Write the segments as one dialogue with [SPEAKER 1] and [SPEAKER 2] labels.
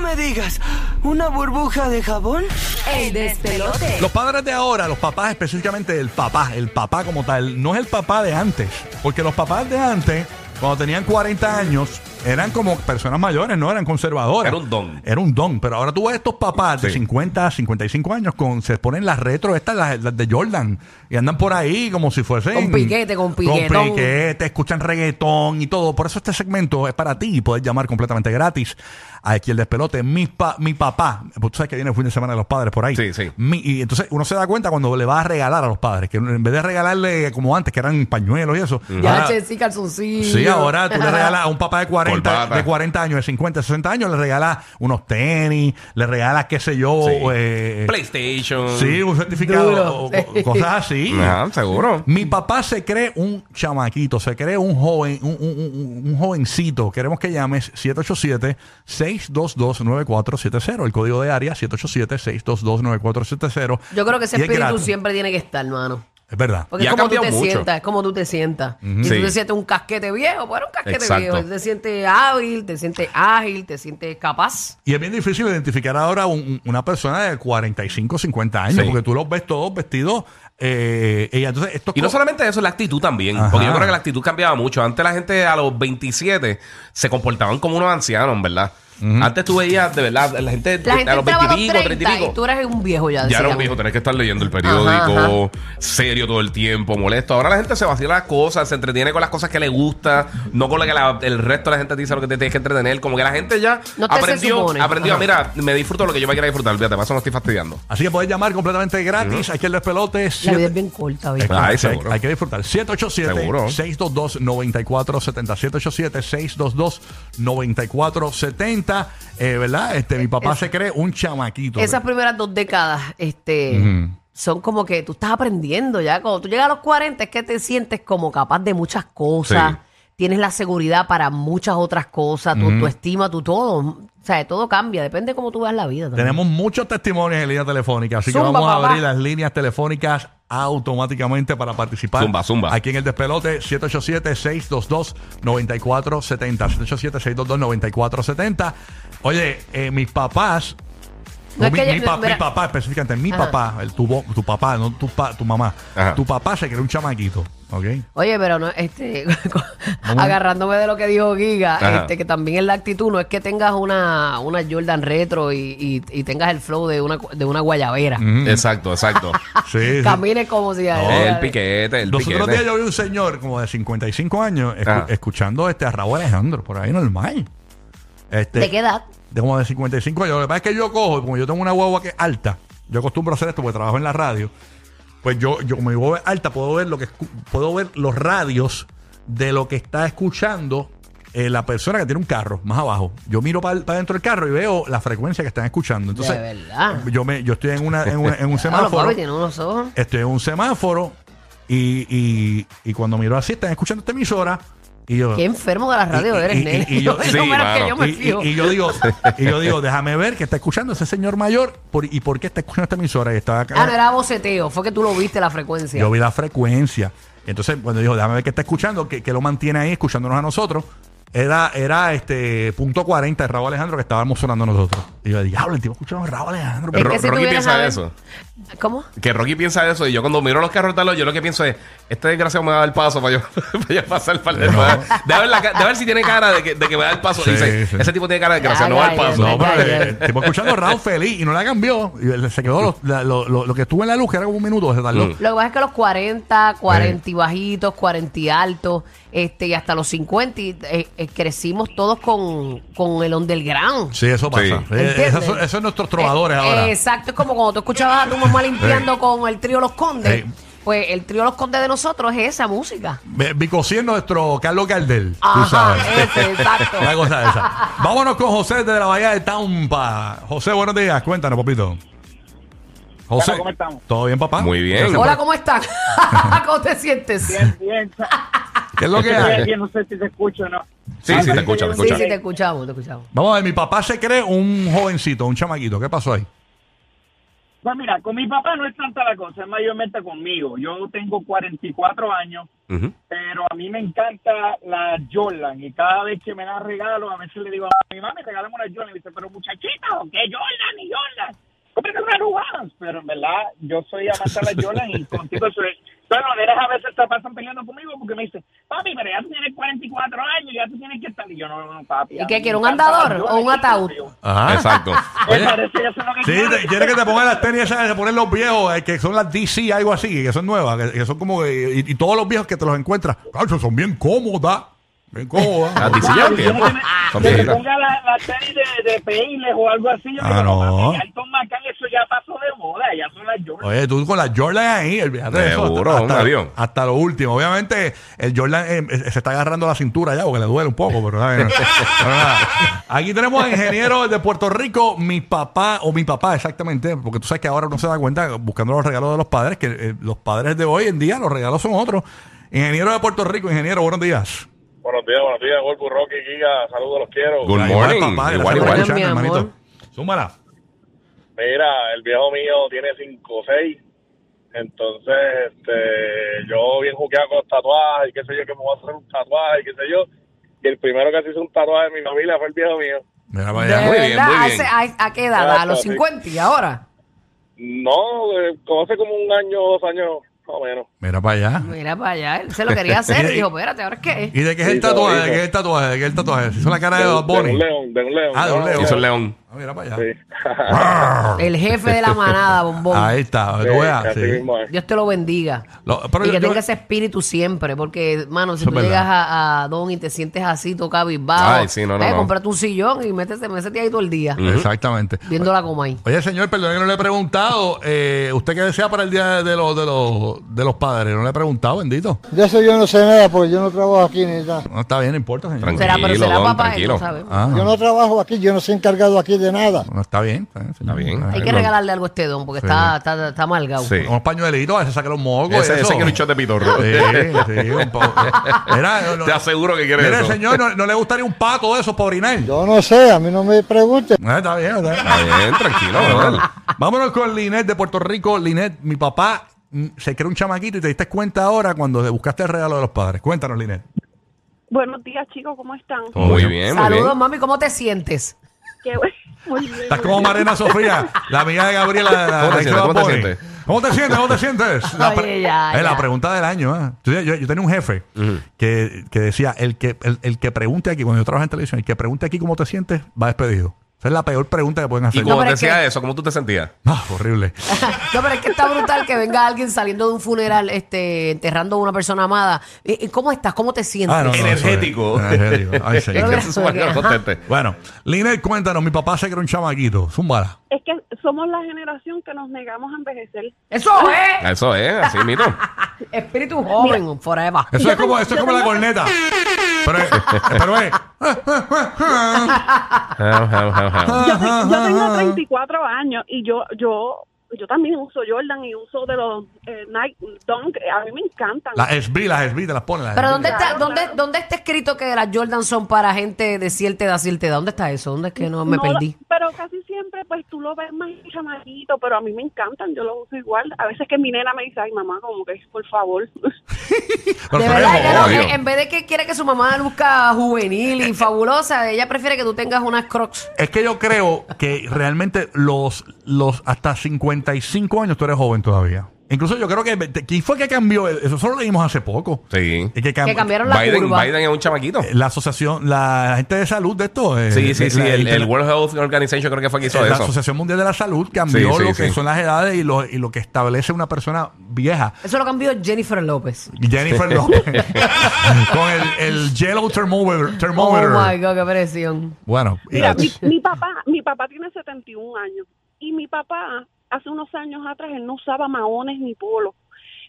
[SPEAKER 1] me digas, ¿una burbuja de jabón?
[SPEAKER 2] El despelote.
[SPEAKER 3] Los padres de ahora, los papás específicamente, el papá, el papá como tal, no es el papá de antes. Porque los papás de antes, cuando tenían 40 años, eran como personas mayores, no eran conservadoras.
[SPEAKER 4] Era un don.
[SPEAKER 3] Era un don. Pero ahora tú ves estos papás de
[SPEAKER 4] Sí.
[SPEAKER 3] 50, 55 años, con, se ponen las retro, estas, las, las de Jordan, y andan por ahí como si fuesen.
[SPEAKER 2] Con piquete, con
[SPEAKER 3] Con
[SPEAKER 2] piquetón.
[SPEAKER 3] piquete, escuchan reggaetón y todo. Por eso este segmento es para ti y puedes llamar completamente gratis a aquí el despelote. Mi, pa- mi papá, pues tú sabes que viene el fin de semana de los padres por ahí.
[SPEAKER 4] Sí, sí.
[SPEAKER 3] Mi- y entonces uno se da cuenta cuando le va a regalar a los padres, que en vez de regalarle como antes, que eran pañuelos y eso.
[SPEAKER 2] Ya,
[SPEAKER 4] Ah.
[SPEAKER 3] ahora-
[SPEAKER 2] che, sí, calzoncillo.
[SPEAKER 3] Sí, ahora tú le regalas a un papá de 40,
[SPEAKER 4] Corbata.
[SPEAKER 3] de 40 años, de 50, 60 años, le regalas unos tenis, le regalas, qué sé yo,
[SPEAKER 4] Sí.
[SPEAKER 3] eh,
[SPEAKER 4] PlayStation.
[SPEAKER 3] sí, Mm. un certificado,
[SPEAKER 2] Duro.
[SPEAKER 3] o- o cosas así.
[SPEAKER 4] Ajá, seguro.
[SPEAKER 3] Mi papá se cree un chamaquito, se cree un joven, un, un- un- un jovencito. Queremos que llames 787-622-9470. El código de área 787-622-9470.
[SPEAKER 2] Yo creo que ese
[SPEAKER 3] Y es
[SPEAKER 2] espíritu
[SPEAKER 3] gratis.
[SPEAKER 2] siempre tiene que estar, hermano.
[SPEAKER 3] Es verdad.
[SPEAKER 2] Porque
[SPEAKER 4] Y
[SPEAKER 2] es
[SPEAKER 4] ha
[SPEAKER 2] como tú te
[SPEAKER 4] cambiado mucho.
[SPEAKER 2] sientas, es como tú te sientas. Si
[SPEAKER 4] Sí.
[SPEAKER 2] tú te sientes un casquete viejo, pues era un casquete
[SPEAKER 4] Exacto.
[SPEAKER 2] viejo. Te sientes hábil, te sientes ágil, te sientes capaz.
[SPEAKER 3] Y es bien difícil identificar ahora un- un- una persona de 45, 50 años,
[SPEAKER 4] Sí.
[SPEAKER 3] porque tú los ves todos vestidos. eh, y entonces, estos
[SPEAKER 4] Y no
[SPEAKER 3] co-
[SPEAKER 4] solamente eso, la actitud también.
[SPEAKER 3] Ajá.
[SPEAKER 4] Porque yo creo que la actitud cambiaba mucho. Antes la gente a los 27 se comportaban como unos ancianos, en ¿verdad? Antes tú veías, de verdad, la gente,
[SPEAKER 2] La gente
[SPEAKER 4] a los
[SPEAKER 2] entraba a los
[SPEAKER 4] 20 y pico, 30 y
[SPEAKER 2] 30 y
[SPEAKER 4] pico.
[SPEAKER 2] tú eres un viejo ya.
[SPEAKER 4] Ya
[SPEAKER 2] decían.
[SPEAKER 4] era un viejo, tenés que estar leyendo el
[SPEAKER 2] Ajá,
[SPEAKER 4] periódico, serio todo el tiempo, molesto. Ahora la gente se vacila las cosas, se entretiene con las cosas que le gusta, no con lo que la- el resto de la gente te dice lo que te tienes que entretener. Como que la gente ya
[SPEAKER 2] No te se
[SPEAKER 4] aprendió,
[SPEAKER 2] supone.
[SPEAKER 4] aprendió,
[SPEAKER 2] Ajá.
[SPEAKER 4] mira, me disfruto lo que yo me quiera disfrutar, fíjate, paso no estoy fastidiando.
[SPEAKER 3] Así que puedes llamar completamente gratis. Aquí el despelote.
[SPEAKER 2] La vida es
[SPEAKER 3] siete-
[SPEAKER 2] bien corta,
[SPEAKER 3] Es
[SPEAKER 2] ¿viste?
[SPEAKER 4] Ay,
[SPEAKER 3] hay-
[SPEAKER 4] seguro.
[SPEAKER 3] hay que disfrutar. 787
[SPEAKER 4] Seguro.
[SPEAKER 3] 622 9470 787 622 9470 eh, ¿Verdad? Este, mi papá se cree un chamaquito.
[SPEAKER 2] Esas primeras dos décadas, este. Son como que tú estás aprendiendo ya. Cuando tú llegas a los 40 es que te sientes como capaz de muchas cosas.
[SPEAKER 4] Sí.
[SPEAKER 2] Tienes la seguridad para muchas otras cosas. Tu, tu estima, tu todo. O sea, todo cambia. Depende de cómo tú veas la vida. también.
[SPEAKER 3] Tenemos muchos testimonios en línea telefónica, así que
[SPEAKER 2] Zumba,
[SPEAKER 3] vamos a
[SPEAKER 2] papá.
[SPEAKER 3] abrir las líneas telefónicas automáticamente para participar.
[SPEAKER 4] Zumba, zumba.
[SPEAKER 3] Aquí en el despelote 787-622-9470. 787-622-9470. Oye, eh, mis papás...
[SPEAKER 2] No
[SPEAKER 3] o
[SPEAKER 2] es
[SPEAKER 3] mi,
[SPEAKER 2] que yo-
[SPEAKER 3] mi pa-
[SPEAKER 2] mira-
[SPEAKER 3] mi papá, específicamente, mi
[SPEAKER 2] Ajá.
[SPEAKER 3] papá, el, tu, vo- tu papá, no tu, pa- tu mamá,
[SPEAKER 4] Ajá.
[SPEAKER 3] tu papá se creó un chamaquito, ¿ok?
[SPEAKER 2] Oye, pero no, este, agarrándome de lo que dijo Giga,
[SPEAKER 4] Ajá.
[SPEAKER 2] este, que también es la actitud, no es que tengas una, una Jordan retro y, y- y tengas el flow de una, de una guayabera.
[SPEAKER 4] Exacto, exacto.
[SPEAKER 3] Sí, sí.
[SPEAKER 2] Camines como si...
[SPEAKER 3] No,
[SPEAKER 4] Mm. el piquete, el
[SPEAKER 3] Los otros días
[SPEAKER 4] piquete.
[SPEAKER 3] yo vi un señor como de 55 años escu-
[SPEAKER 4] Ajá.
[SPEAKER 3] escuchando este a Raúl Alejandro por ahí normal. Este,
[SPEAKER 2] ¿De qué edad?
[SPEAKER 3] De como de 55 años. Lo que pasa es que yo cojo, como yo tengo una guagua que es alta, yo acostumbro a hacer esto porque trabajo en la radio. Pues yo, yo como mi guagua es alta, puedo ver lo que escu- puedo ver los radios de lo que está escuchando eh, la persona que tiene un carro más abajo. Yo miro para dentro del carro y veo la frecuencia que están escuchando. Entonces,
[SPEAKER 2] De verdad. Ah,
[SPEAKER 3] yo me, yo estoy en una, en, una- en un
[SPEAKER 2] Claro,
[SPEAKER 3] semáforo
[SPEAKER 2] papi, tiene unos ojos.
[SPEAKER 3] estoy en un semáforo y, y, y cuando miro así, están escuchando esta emisora y yo...
[SPEAKER 2] Qué enfermo de la radio
[SPEAKER 3] Y- y-
[SPEAKER 2] eres,
[SPEAKER 3] y-
[SPEAKER 2] nene.
[SPEAKER 3] y- y yo-
[SPEAKER 2] No,
[SPEAKER 4] sí,
[SPEAKER 2] pero es
[SPEAKER 4] mano.
[SPEAKER 2] que yo
[SPEAKER 3] Y,
[SPEAKER 2] me
[SPEAKER 3] y-
[SPEAKER 2] fijo.
[SPEAKER 3] y yo digo, y yo digo, déjame ver que está escuchando ese señor mayor por- y por qué está escuchando esta emisora. Y estaba acá-
[SPEAKER 2] Ah, no era boceteo, fue que tú lo viste la frecuencia.
[SPEAKER 3] yo vi la frecuencia. Entonces, cuando dijo, déjame ver qué está escuchando, que, que lo mantiene ahí escuchándonos a nosotros, era, era este punto 40 de Raúl Alejandro que estábamos sonando nosotros. Y yo, diablo, el tipo escuchando a Raúl Alejandro.
[SPEAKER 2] Es
[SPEAKER 4] Ro-
[SPEAKER 2] que si tú
[SPEAKER 4] Rocky
[SPEAKER 2] vienes
[SPEAKER 4] piensa
[SPEAKER 2] a ver-
[SPEAKER 4] eso.
[SPEAKER 2] ¿Cómo?
[SPEAKER 4] Que Rocky piensa eso y yo cuando miro los carros de los, yo lo que pienso es, este desgraciado me va a dar el paso para yo, para yo pasar el par de de, ver la ca- de ver si tiene cara de que, de que me da el paso.
[SPEAKER 3] Sí,
[SPEAKER 4] Dice,
[SPEAKER 3] sí.
[SPEAKER 4] Ese tipo tiene cara de desgraciado, no va
[SPEAKER 2] Ay,
[SPEAKER 4] al
[SPEAKER 2] ay,
[SPEAKER 4] paso.
[SPEAKER 3] No,
[SPEAKER 2] ay,
[SPEAKER 3] pero
[SPEAKER 2] ay,
[SPEAKER 3] eh, el tipo escuchando a Raúl feliz y no la cambió. Y él se quedó lo, la- lo- lo- lo que estuvo en la luz, que era como un minuto, se tardó.
[SPEAKER 4] Mm.
[SPEAKER 2] Lo que pasa es que los 40, 40 y bajitos, 40 y altos, este, y hasta los 50, y, eh, eh, crecimos todos con, con el underground.
[SPEAKER 3] Sí, eso pasa.
[SPEAKER 4] Sí.
[SPEAKER 3] Eh,
[SPEAKER 2] ¿Entiendes?
[SPEAKER 3] esos, son- esos son nuestros trovadores
[SPEAKER 2] Eh,
[SPEAKER 3] ahora.
[SPEAKER 2] Exacto, es como cuando tú escuchabas a tu mamá limpiando con el trío Los Condes.
[SPEAKER 3] Eh.
[SPEAKER 2] Pues el trío Los Condes de nosotros es esa música.
[SPEAKER 3] Be- Bicosí es nuestro Carlos Gardel. tú
[SPEAKER 2] Ajá,
[SPEAKER 3] sabes.
[SPEAKER 2] ese, exacto.
[SPEAKER 3] Una cosa de esa. Vámonos con José desde la Bahía de Tampa. José, buenos días. Cuéntanos, papito. José,
[SPEAKER 5] Hola, ¿cómo estamos?
[SPEAKER 3] ¿todo bien, papá?
[SPEAKER 4] Muy bien.
[SPEAKER 3] Gracias por-
[SPEAKER 2] Hola, ¿cómo estás? ¿Cómo te sientes?
[SPEAKER 5] Bien, bien.
[SPEAKER 3] ¿Qué es lo que
[SPEAKER 5] Estoy
[SPEAKER 3] hay?
[SPEAKER 5] aquí, no sé si se escucha o no.
[SPEAKER 4] Sí, sí, te escucha, te
[SPEAKER 2] Sí,
[SPEAKER 4] escucha.
[SPEAKER 2] sí, te escuchamos, te escuchamos.
[SPEAKER 3] Vamos a ver, mi papá se cree un jovencito, un chamaquito. ¿Qué pasó ahí?
[SPEAKER 5] Pues mira, con mi papá no es tanta la cosa, es mayormente conmigo. Yo tengo 44 años,
[SPEAKER 4] Ujú.
[SPEAKER 5] pero a mí me encanta la Jordan y cada vez que me da regalo, a veces le digo a mi mami, regálame una Jordan. Y dice, pero muchachita, ¿o ¿qué Jordan y Jordan? Cómprate una New Balance". Pero en verdad, yo soy amante de la Jordan y contigo soy... Entonces, los nenes a veces se pasan peleando conmigo porque me dicen, papi, pero ya tú tienes 44 años, ya tú tienes que estar. Y yo, no, no, no, papi.
[SPEAKER 2] ¿Y
[SPEAKER 5] a
[SPEAKER 2] qué
[SPEAKER 5] mí
[SPEAKER 2] quiere,
[SPEAKER 5] me
[SPEAKER 2] un
[SPEAKER 5] encanta la
[SPEAKER 2] andador
[SPEAKER 5] Jordan
[SPEAKER 2] o un
[SPEAKER 5] y
[SPEAKER 2] ataúd?
[SPEAKER 5] yo-
[SPEAKER 3] Ajá.
[SPEAKER 4] Exacto.
[SPEAKER 5] Me
[SPEAKER 3] Oye,
[SPEAKER 5] parece, yo sé lo que
[SPEAKER 3] Sí,
[SPEAKER 5] quiero.
[SPEAKER 3] te- quiere que te pongan las tenis esas, te ponen los viejos, eh, que son las DC, algo así, que son nuevas, que, que son como. eh, y, y todos los viejos que te los encuentras, cacho, son bien cómodas. Bien cómodas.
[SPEAKER 4] Ah, dice,
[SPEAKER 5] Ah,
[SPEAKER 4] ya,
[SPEAKER 5] yo
[SPEAKER 4] ¿qué?
[SPEAKER 5] que me-
[SPEAKER 4] Son
[SPEAKER 5] que me
[SPEAKER 4] viejitas.
[SPEAKER 5] ponga la, la tenis de, de Peiles o algo así. Yo
[SPEAKER 3] Ah,
[SPEAKER 5] digo,
[SPEAKER 3] no.
[SPEAKER 5] papi, Alton Macan, eso ya pasó de moda, ya son las Jordan.
[SPEAKER 3] Oye, tú con las Jordan ahí, olvídate de eso,
[SPEAKER 4] Seguro, un avión.
[SPEAKER 3] hasta lo último. Obviamente, el Jordan eh, eh, se está agarrando la cintura ya porque le duele un poco, pero ¿sabes? Pero nada. Aquí tenemos al ingeniero de Puerto Rico, mi papá, o mi papá exactamente, porque tú sabes que ahora uno se da cuenta, buscando los regalos de los padres, que eh, los padres de hoy en día, los regalos son otros. Ingeniero de Puerto Rico, ingeniero, buenos días.
[SPEAKER 6] Buenos días, buenos días, Golbu, Rocky, Giga, saludos, los quiero.
[SPEAKER 3] Igual,
[SPEAKER 4] Good morning.
[SPEAKER 3] papá,
[SPEAKER 4] Igual,
[SPEAKER 3] gracias por
[SPEAKER 4] igual.
[SPEAKER 2] escuchar.
[SPEAKER 3] escucharnos,
[SPEAKER 2] Mi amor.
[SPEAKER 3] hermanito. Súmala.
[SPEAKER 6] Mira, el viejo mío tiene 5 o 6, entonces este, yo bien juqueado con los tatuajes, y qué sé yo, que me voy a hacer un tatuaje, y qué sé yo. Y el primero que se hizo un tatuaje de mi familia fue el viejo mío.
[SPEAKER 3] Mira,
[SPEAKER 2] De
[SPEAKER 3] para allá.
[SPEAKER 4] muy bien,
[SPEAKER 2] verdad,
[SPEAKER 4] muy
[SPEAKER 2] ¿a
[SPEAKER 4] bien.
[SPEAKER 2] ese- ¿a, a qué edad? ¿A los
[SPEAKER 6] Sí.
[SPEAKER 2] 50 y ahora?
[SPEAKER 6] No, eh, conoce como un año, dos años, más o menos.
[SPEAKER 3] Mira para allá.
[SPEAKER 2] Mira para allá, él se lo quería hacer y dijo, espérate, ¿ahora
[SPEAKER 3] ¿Y
[SPEAKER 2] qué?
[SPEAKER 3] de qué es el
[SPEAKER 6] Sí,
[SPEAKER 3] tatuaje? ¿De
[SPEAKER 6] todavía.
[SPEAKER 3] qué es el tatuaje? ¿De qué es el tatuaje? Se hizo la cara de Ah, Bad
[SPEAKER 6] un
[SPEAKER 3] Bunny.
[SPEAKER 6] león, de un león.
[SPEAKER 3] Ah, de un
[SPEAKER 6] ¿no?
[SPEAKER 3] león.
[SPEAKER 4] Hizo el león.
[SPEAKER 3] Ah, mira para allá.
[SPEAKER 6] Sí.
[SPEAKER 2] El jefe de la manada, bombón.
[SPEAKER 3] Ahí está, tú
[SPEAKER 6] Sí,
[SPEAKER 3] veas,
[SPEAKER 6] así
[SPEAKER 3] sí.
[SPEAKER 6] mismo es.
[SPEAKER 2] Dios te lo bendiga.
[SPEAKER 3] Lo- pero
[SPEAKER 2] y
[SPEAKER 3] yo-
[SPEAKER 2] que
[SPEAKER 3] yo-
[SPEAKER 2] tenga ese espíritu siempre, porque, mano, si
[SPEAKER 3] Eso
[SPEAKER 2] tú
[SPEAKER 3] es verdad.
[SPEAKER 2] llegas a, a Don y te sientes así, toca bisbao,
[SPEAKER 4] Ay, sí, no, no,
[SPEAKER 2] eh,
[SPEAKER 4] no.
[SPEAKER 2] cómprate un sillón y métete, métete ahí todo el día,
[SPEAKER 4] Mm. Ujú.
[SPEAKER 3] Exactamente.
[SPEAKER 2] viendo la coma ahí.
[SPEAKER 3] Oye, señor, perdón que no le he preguntado. eh, ¿Usted qué desea para el día de los, de los, de los padres? No le he preguntado, bendito.
[SPEAKER 7] De eso yo no sé nada porque yo no trabajo aquí ni nada.
[SPEAKER 3] No está bien, no importa, señor.
[SPEAKER 4] Tranquilo.
[SPEAKER 2] Será, pero será
[SPEAKER 4] Don,
[SPEAKER 2] papá, él
[SPEAKER 4] tranquilo.
[SPEAKER 2] no sabe.
[SPEAKER 3] Ah,
[SPEAKER 7] Yo no trabajo aquí, yo no soy encargado aquí de nada.
[SPEAKER 3] no, está bien. Está bien. señor.
[SPEAKER 4] Está bien.
[SPEAKER 3] Ah,
[SPEAKER 2] Hay
[SPEAKER 4] Ay,
[SPEAKER 2] que
[SPEAKER 4] no.
[SPEAKER 2] regalarle algo a este Don, porque
[SPEAKER 3] Sí.
[SPEAKER 2] está, está, está amargado.
[SPEAKER 4] Sí.
[SPEAKER 3] Unos pañuelitos, a veces saca los mocos. eso.
[SPEAKER 4] Ese,
[SPEAKER 3] Eh,
[SPEAKER 4] ese quiere un shot de pitorro.
[SPEAKER 3] Sí, sí, un poco. Mira, no- no-
[SPEAKER 4] Te aseguro que quiere
[SPEAKER 3] mire,
[SPEAKER 4] eso.
[SPEAKER 3] señor, no, no le gustaría un pato de esos para orinar.
[SPEAKER 7] Yo no sé, a mí no me pregunten.
[SPEAKER 3] Ah, está bien, está bien.
[SPEAKER 4] Está bien, tranquilo, brother.
[SPEAKER 3] Vámonos con Linet de Puerto Rico. Linet, mi papá mm, se creó un chamaquito y te diste cuenta ahora cuando le buscaste el regalo de los padres. Cuéntanos, Linet.
[SPEAKER 8] Buenos días, chicos, ¿cómo están?
[SPEAKER 4] Muy bien, muy
[SPEAKER 2] Saludos,
[SPEAKER 4] bien.
[SPEAKER 2] mami, ¿cómo te sientes?
[SPEAKER 8] Qué bueno. Muy bien,
[SPEAKER 3] Estás
[SPEAKER 8] muy
[SPEAKER 3] como
[SPEAKER 8] bien.
[SPEAKER 3] Marina Sofía, la amiga de Gabriela. la- la-
[SPEAKER 4] ¿Cómo te
[SPEAKER 3] la que
[SPEAKER 4] sientes?
[SPEAKER 3] va
[SPEAKER 4] ¿Cómo te
[SPEAKER 3] a poner.
[SPEAKER 4] sientes?
[SPEAKER 3] ¿Cómo te sientes? ¿Cómo te sientes? La, pre-
[SPEAKER 2] Oye, ya,
[SPEAKER 3] Eh, la
[SPEAKER 2] ya.
[SPEAKER 3] pregunta del año. ¿eh? Yo, yo- yo tenía un jefe que, que decía, el que, el, el que pregunte aquí, cuando yo trabajaba en televisión, el que pregunte aquí cómo te sientes, va despedido. Esa es la peor pregunta que pueden
[SPEAKER 4] Y
[SPEAKER 3] hacer.
[SPEAKER 2] cómo-
[SPEAKER 4] cuando
[SPEAKER 2] pero
[SPEAKER 4] te
[SPEAKER 2] es que-
[SPEAKER 4] decía eso, ¿cómo tú te sentías?
[SPEAKER 3] Ah, horrible.
[SPEAKER 2] no, pero es que está brutal que venga alguien saliendo de un funeral, este, enterrando a una persona amada. ¿Y- y ¿Cómo estás? ¿Cómo te sientes?
[SPEAKER 3] Ah, no, no, eso es-
[SPEAKER 4] Energético.
[SPEAKER 3] energético.
[SPEAKER 2] Yo
[SPEAKER 3] Ay, señor.
[SPEAKER 4] Es
[SPEAKER 2] lo
[SPEAKER 4] que
[SPEAKER 2] hubiera-
[SPEAKER 4] eso es para que no conteste.
[SPEAKER 3] Bueno, Linet, cuéntanos, mi papá se creó un chamaquito. Zúmbala.
[SPEAKER 8] Es que somos la generación que nos negamos a envejecer. Eh,
[SPEAKER 2] Eso es
[SPEAKER 4] Eso es, así mito.
[SPEAKER 2] espíritu joven, forever.
[SPEAKER 3] Eso
[SPEAKER 8] Yo
[SPEAKER 3] es como,
[SPEAKER 8] tengo-
[SPEAKER 3] eso es
[SPEAKER 8] yo
[SPEAKER 3] como la
[SPEAKER 8] tengo-
[SPEAKER 3] corneta. Pero es, pero eh, es.
[SPEAKER 8] Yo, te- yo tengo 34 años y yo yo yo también uso Jordan y uso de los eh, Nike Dunk. A mí me encantan.
[SPEAKER 3] Las SB, las SB, te las ponen. las
[SPEAKER 2] Pero
[SPEAKER 3] SB.
[SPEAKER 2] ¿dónde está,
[SPEAKER 8] Claro,
[SPEAKER 2] dónde,
[SPEAKER 8] claro.
[SPEAKER 2] dónde está escrito que las Jordan son para gente de cierta edad, cierta edad? ¿Dónde está eso? ¿Dónde es que no me
[SPEAKER 8] No,
[SPEAKER 2] perdí?
[SPEAKER 8] Pero casi siempre, pues tú lo ves más chamaquito, pero a mí me encantan, yo los uso igual. A veces que mi nena me dice, ay mamá, como que por favor.
[SPEAKER 3] Pero
[SPEAKER 2] de
[SPEAKER 3] son
[SPEAKER 2] verdad,
[SPEAKER 3] esas-
[SPEAKER 2] ella no-
[SPEAKER 4] obvio.
[SPEAKER 2] en, en vez de que quiere que su mamá luzca juvenil y fabulosa, ella prefiere que tú tengas unas crocs.
[SPEAKER 3] Es que yo creo que realmente los, los hasta 55 años tú eres joven todavía. Incluso yo creo que ¿quién fue que cambió? Eso solo lo leímos hace poco.
[SPEAKER 4] Sí.
[SPEAKER 3] Es Que, cam- eh,
[SPEAKER 2] Que cambiaron la
[SPEAKER 4] Biden,
[SPEAKER 2] curva.
[SPEAKER 4] Biden es un chamaquito.
[SPEAKER 3] La asociación, la gente de salud de esto. eh,
[SPEAKER 4] Sí, sí, sí.
[SPEAKER 3] la- eh,
[SPEAKER 4] El, el World Health Organization creo que fue que hizo
[SPEAKER 3] la
[SPEAKER 4] eso.
[SPEAKER 3] Asociación Mundial de la Salud cambió
[SPEAKER 4] Sí, sí,
[SPEAKER 3] lo que
[SPEAKER 4] sí.
[SPEAKER 3] son las edades y lo, y lo que establece una persona vieja.
[SPEAKER 2] Eso lo cambió Jennifer López.
[SPEAKER 3] Jennifer López. con el, el yellow thermometer.
[SPEAKER 2] Oh
[SPEAKER 3] thermometer.
[SPEAKER 2] my God, qué presión.
[SPEAKER 3] Bueno, y-
[SPEAKER 8] Mira, mi, mi papá, mi papá tiene 71 años y mi papá hace unos años atrás él no usaba maones ni polo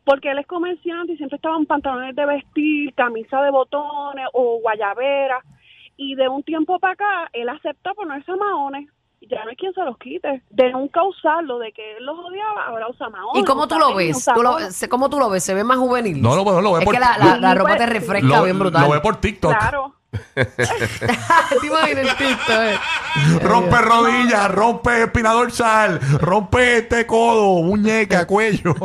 [SPEAKER 8] porque él es comerciante y siempre estaba en pantalones de vestir, camisa de botones o guayabera y de un tiempo para acá él aceptó ponerse maones y ya no hay quien se los quite de nunca usarlo, de que él los odiaba, ahora usa maones.
[SPEAKER 2] ¿Y cómo tú
[SPEAKER 8] usa
[SPEAKER 2] lo
[SPEAKER 8] tenis,
[SPEAKER 2] ves?
[SPEAKER 8] usa
[SPEAKER 2] ¿Tú lo-
[SPEAKER 8] bolas.
[SPEAKER 2] se- ¿Cómo tú lo ves? ¿Se ve más juvenil?
[SPEAKER 3] No, no, no, lo ve
[SPEAKER 2] Es
[SPEAKER 3] por-
[SPEAKER 2] que la, la-
[SPEAKER 8] lo-
[SPEAKER 2] la ropa te
[SPEAKER 8] lo-
[SPEAKER 2] refresca
[SPEAKER 3] lo,
[SPEAKER 2] bien brutal.
[SPEAKER 3] lo ve por TikTok.
[SPEAKER 8] Claro.
[SPEAKER 3] Claro.
[SPEAKER 2] Te imaginas el TikTok, eh.
[SPEAKER 3] rompe rodillas, rompe espina dorsal, rompe este codo,
[SPEAKER 2] Eh.
[SPEAKER 3] muñeca, cuello.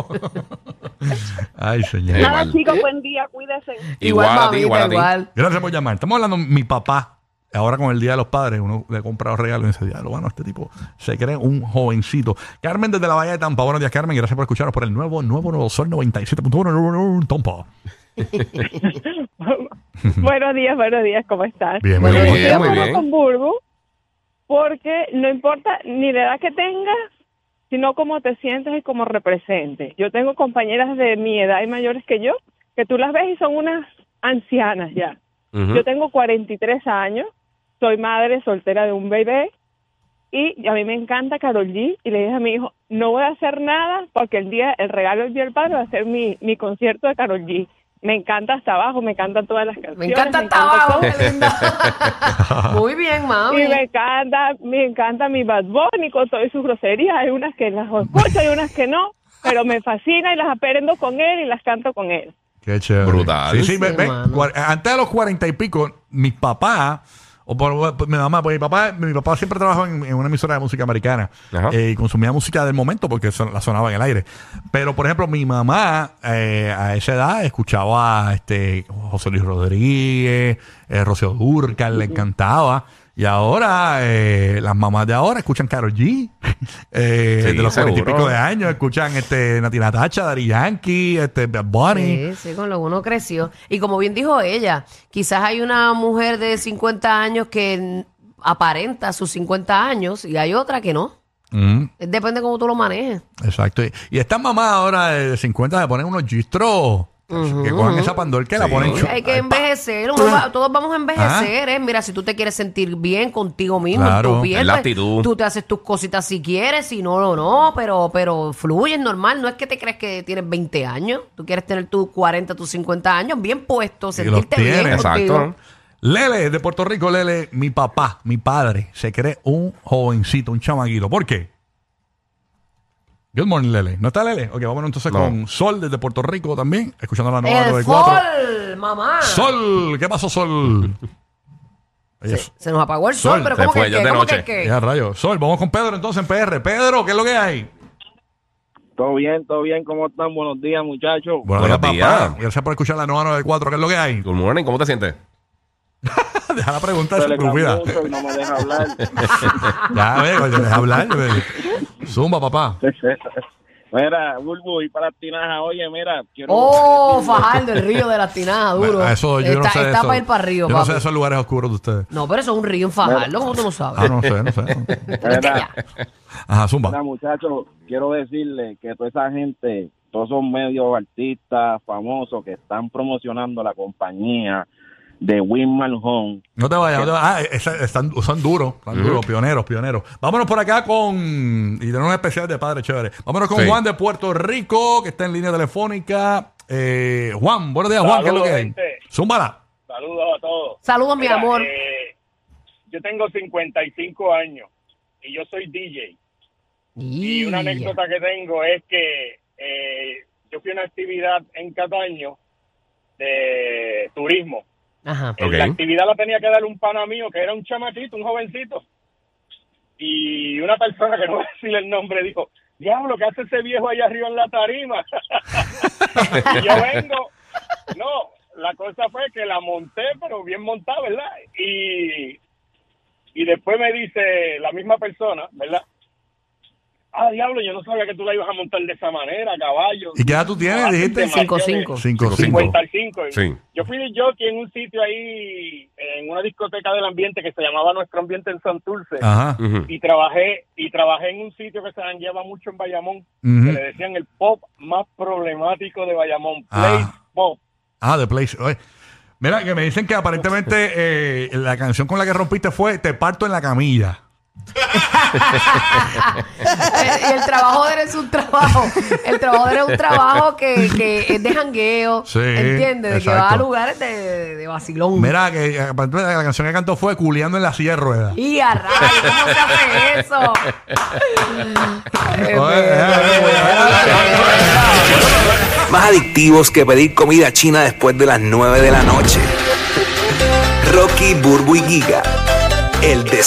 [SPEAKER 3] Ay, señor.
[SPEAKER 8] Nada,
[SPEAKER 4] Igual.
[SPEAKER 8] chicos, buen día, cuídense.
[SPEAKER 4] Igual, a ti,
[SPEAKER 2] mamita,
[SPEAKER 4] igual a ti.
[SPEAKER 3] Gracias por llamar. Estamos hablando, mi papá, ahora con el Día de los Padres, uno le ha comprado regalos en ese día. Lo bueno, este tipo se cree un jovencito. Carmen desde la Bahía de Tampa. Buenos días, Carmen. Gracias por escucharnos por el nuevo, nuevo, nuevo Sol 97.1 nuevo, nuevo, Tampa.
[SPEAKER 9] buenos días, buenos días, ¿cómo estás?
[SPEAKER 3] Bien,
[SPEAKER 2] Bueno,
[SPEAKER 3] bien,
[SPEAKER 2] muy
[SPEAKER 9] Yo
[SPEAKER 3] bien.
[SPEAKER 9] estoy de
[SPEAKER 4] muy
[SPEAKER 9] acuerdo
[SPEAKER 4] bien.
[SPEAKER 9] con Burbu porque no importa ni la edad que tengas, sino cómo te sientes y cómo representes. Yo tengo compañeras de mi edad y mayores que yo, que tú las ves y son unas ancianas ya.
[SPEAKER 4] Ujú.
[SPEAKER 9] Yo tengo 43 años, soy madre soltera de un bebé y a mí me encanta Carol G y le dije a mi hijo, no voy a hacer nada porque el día, el regalo del día del padre va a ser mi, mi concierto de Carol G. Me encanta hasta abajo, me encantan todas las canciones.
[SPEAKER 2] Me encanta el
[SPEAKER 9] todo.
[SPEAKER 2] tabaco, qué linda. Muy bien, mami.
[SPEAKER 9] Y me encanta, me encanta mi Bad Bunny con todas sus groserías. Hay unas que las escucho, hay unas que no, pero me fascina y las aprendo con él y las canto con él.
[SPEAKER 3] Qué chévere.
[SPEAKER 4] Brutal.
[SPEAKER 3] Sí, sí,
[SPEAKER 2] Sí,
[SPEAKER 3] ve- ve,
[SPEAKER 2] mano.
[SPEAKER 3] cua- antes de los cuarenta y pico, mis papás, o por, por mi mamá, pues mi papá, mi papá siempre trabajó en, en una emisora de música americana
[SPEAKER 4] Ajá.
[SPEAKER 3] eh, y consumía música del momento porque son- la sonaba en el aire. Pero, por ejemplo, mi mamá eh, a esa edad escuchaba este José Luis Rodríguez, eh, Rocío Durcal, le encantaba. Y ahora, eh, las mamás de ahora escuchan Karol G, eh,
[SPEAKER 4] Sí,
[SPEAKER 3] de los cuarenta y
[SPEAKER 4] seguro.
[SPEAKER 3] pico de años, escuchan este, Natina Tacha, Dari Yankee, este, Bad Bunny.
[SPEAKER 2] Sí, sí, con lo que uno creció. Y como bien dijo ella, quizás hay una mujer de 50 años que n- aparenta sus 50 años y hay otra que no.
[SPEAKER 3] Mm.
[SPEAKER 2] Depende cómo tú lo manejes.
[SPEAKER 3] Exacto. Y, y estas mamás ahora de 50 se ponen unos gistros que cojan esa pandorca y la
[SPEAKER 4] Sí.
[SPEAKER 3] ponen. chu-
[SPEAKER 2] Hay que
[SPEAKER 3] ay, pa.
[SPEAKER 2] envejecer, uno va- todos vamos a envejecer. ¿eh? Mira, si tú te quieres sentir bien contigo mismo,
[SPEAKER 3] Ah. Claro.
[SPEAKER 2] en tu piel,
[SPEAKER 4] Es la
[SPEAKER 2] pues,
[SPEAKER 4] actitud.
[SPEAKER 2] tú te haces tus cositas si quieres, si no, no, no, pero, pero fluye, es normal. No es que te crees que tienes 20 años, tú quieres tener tus 40, tus 50 años bien puestos,
[SPEAKER 3] Y los
[SPEAKER 2] sentirte bien.
[SPEAKER 3] tienes.
[SPEAKER 2] contigo.
[SPEAKER 4] Exacto.
[SPEAKER 3] Lele de Puerto Rico, Lele, mi papá, mi padre, se cree un jovencito, un chamaguito. ¿Por qué? Good morning, Lele. ¿No está Lele? Ok, vámonos entonces
[SPEAKER 4] No.
[SPEAKER 3] con Sol desde Puerto Rico también, escuchando la nueva
[SPEAKER 2] El
[SPEAKER 3] 94.
[SPEAKER 2] Eh, sol, mamá.
[SPEAKER 3] Sol, ¿qué pasó, Sol? Ella,
[SPEAKER 2] Se nos apagó el sol,
[SPEAKER 3] Sol,
[SPEAKER 2] pero
[SPEAKER 4] se
[SPEAKER 2] ¿cómo
[SPEAKER 4] fue,
[SPEAKER 2] que
[SPEAKER 4] ya
[SPEAKER 2] qué?
[SPEAKER 4] es de
[SPEAKER 2] ¿Cómo
[SPEAKER 4] noche.
[SPEAKER 2] que qué?
[SPEAKER 3] ella, rayo. Sol, vamos con Pedro entonces en PR. Pedro, ¿qué es lo que hay?
[SPEAKER 6] Todo bien, todo bien, ¿cómo están? Buenos días, muchachos.
[SPEAKER 4] Buenos días.
[SPEAKER 3] Gracias por escuchar la nueva 94. ¿Qué es lo que hay?
[SPEAKER 4] Good morning, ¿cómo te sientes?
[SPEAKER 3] Deja la pregunta
[SPEAKER 6] Se
[SPEAKER 3] de
[SPEAKER 6] le
[SPEAKER 3] vida.
[SPEAKER 5] pues.
[SPEAKER 6] mucho y no me deja hablar.
[SPEAKER 3] Ya, ve, coño, deja hablar. ve. Zumba, papá.
[SPEAKER 6] mira, Bulbu, y para Tinaja, oye, mira, quiero...
[SPEAKER 2] Oh, Fajardo, el río de las tinajas, duro.
[SPEAKER 3] Bueno, eso yo
[SPEAKER 2] está
[SPEAKER 3] no sé. de
[SPEAKER 2] está
[SPEAKER 3] eso.
[SPEAKER 2] para ir para arriba,
[SPEAKER 3] Yo no sé de
[SPEAKER 2] papi.
[SPEAKER 3] esos lugares oscuros de ustedes.
[SPEAKER 2] No, pero eso es un río en Fajardo, ¿cómo tú no sabes?
[SPEAKER 3] Ah, no sé, no sé.
[SPEAKER 2] Vete
[SPEAKER 6] Mira.
[SPEAKER 2] ya.
[SPEAKER 3] Ajá, zumba.
[SPEAKER 6] Mira, muchachos, quiero decirle que toda esa gente, todos esos medios artistas famosos que están promocionando la compañía de Winman Home.
[SPEAKER 3] No te vayas, no te vayas. Ah, esa- están, son duros, están duros, pioneros, pioneros. Vámonos por acá con. Y tenemos un especial de padre chévere. Vámonos con
[SPEAKER 4] Sí.
[SPEAKER 3] Juan de Puerto Rico, que está en línea telefónica. Eh, Juan, buenos días, Juan. ¿Qué es lo que hay?
[SPEAKER 5] gente.
[SPEAKER 3] Zúmbala.
[SPEAKER 5] Saludos a todos.
[SPEAKER 2] Saludos, mi
[SPEAKER 5] Mira,
[SPEAKER 2] amor.
[SPEAKER 5] eh, yo tengo 55 años y yo soy DJ. Y una
[SPEAKER 2] Yeah.
[SPEAKER 5] anécdota que tengo es que eh, yo fui a una actividad en Cataño de turismo.
[SPEAKER 2] Ajá.
[SPEAKER 5] Eh,
[SPEAKER 4] Ok.
[SPEAKER 5] La actividad la tenía que dar un pana mío que era un chamaquito, un jovencito. Y una persona que no voy a decir el nombre dijo, diablo, ¿qué hace ese viejo allá arriba en la tarima? Y yo vengo, no, la cosa fue que la monté, pero bien montada, ¿verdad? Y, y después me dice la misma persona, ¿verdad? Ah, diablo, yo no sabía que tú la ibas a montar de esa manera, caballo. Ah,
[SPEAKER 3] ¿Y qué edad tú tienes,
[SPEAKER 5] Caballo,
[SPEAKER 3] dijiste?
[SPEAKER 2] Cinco,
[SPEAKER 5] demasiado-
[SPEAKER 2] cinco.
[SPEAKER 3] Cinco, cinco.
[SPEAKER 5] 55.
[SPEAKER 4] Sí.
[SPEAKER 5] Yo fui de jockey en un sitio ahí, en una discoteca del ambiente que se llamaba Nuestro Ambiente en Santurce.
[SPEAKER 3] Ajá.
[SPEAKER 4] Ujú.
[SPEAKER 5] Y trabajé y trabajé en un sitio que se han llevado mucho en Bayamón, que
[SPEAKER 3] Ujú.
[SPEAKER 5] le decían el pop más problemático de Bayamón, Play
[SPEAKER 3] Ah.
[SPEAKER 5] Pop.
[SPEAKER 3] Ah, The Place. Oye, Mira, que me dicen que aparentemente eh, la canción con la que rompiste fue Te parto en la camilla.
[SPEAKER 2] Eh, y el trabajo de él es un trabajo. El trabajo de él es un trabajo que, que es de jangueo.
[SPEAKER 3] Sí,
[SPEAKER 2] ¿Entiendes? De que
[SPEAKER 3] exacto.
[SPEAKER 2] va a lugares de, de vacilón.
[SPEAKER 3] Mira, que eh, aparentemente la canción que cantó fue Culeando en la silla de ruedas.
[SPEAKER 2] Y a rayos, ¿cómo se hace eso? Eh,
[SPEAKER 3] Oye, eh,
[SPEAKER 10] Más adictivos que pedir comida china después de las 9 de la noche. Rocky, Burbu y Giga. El des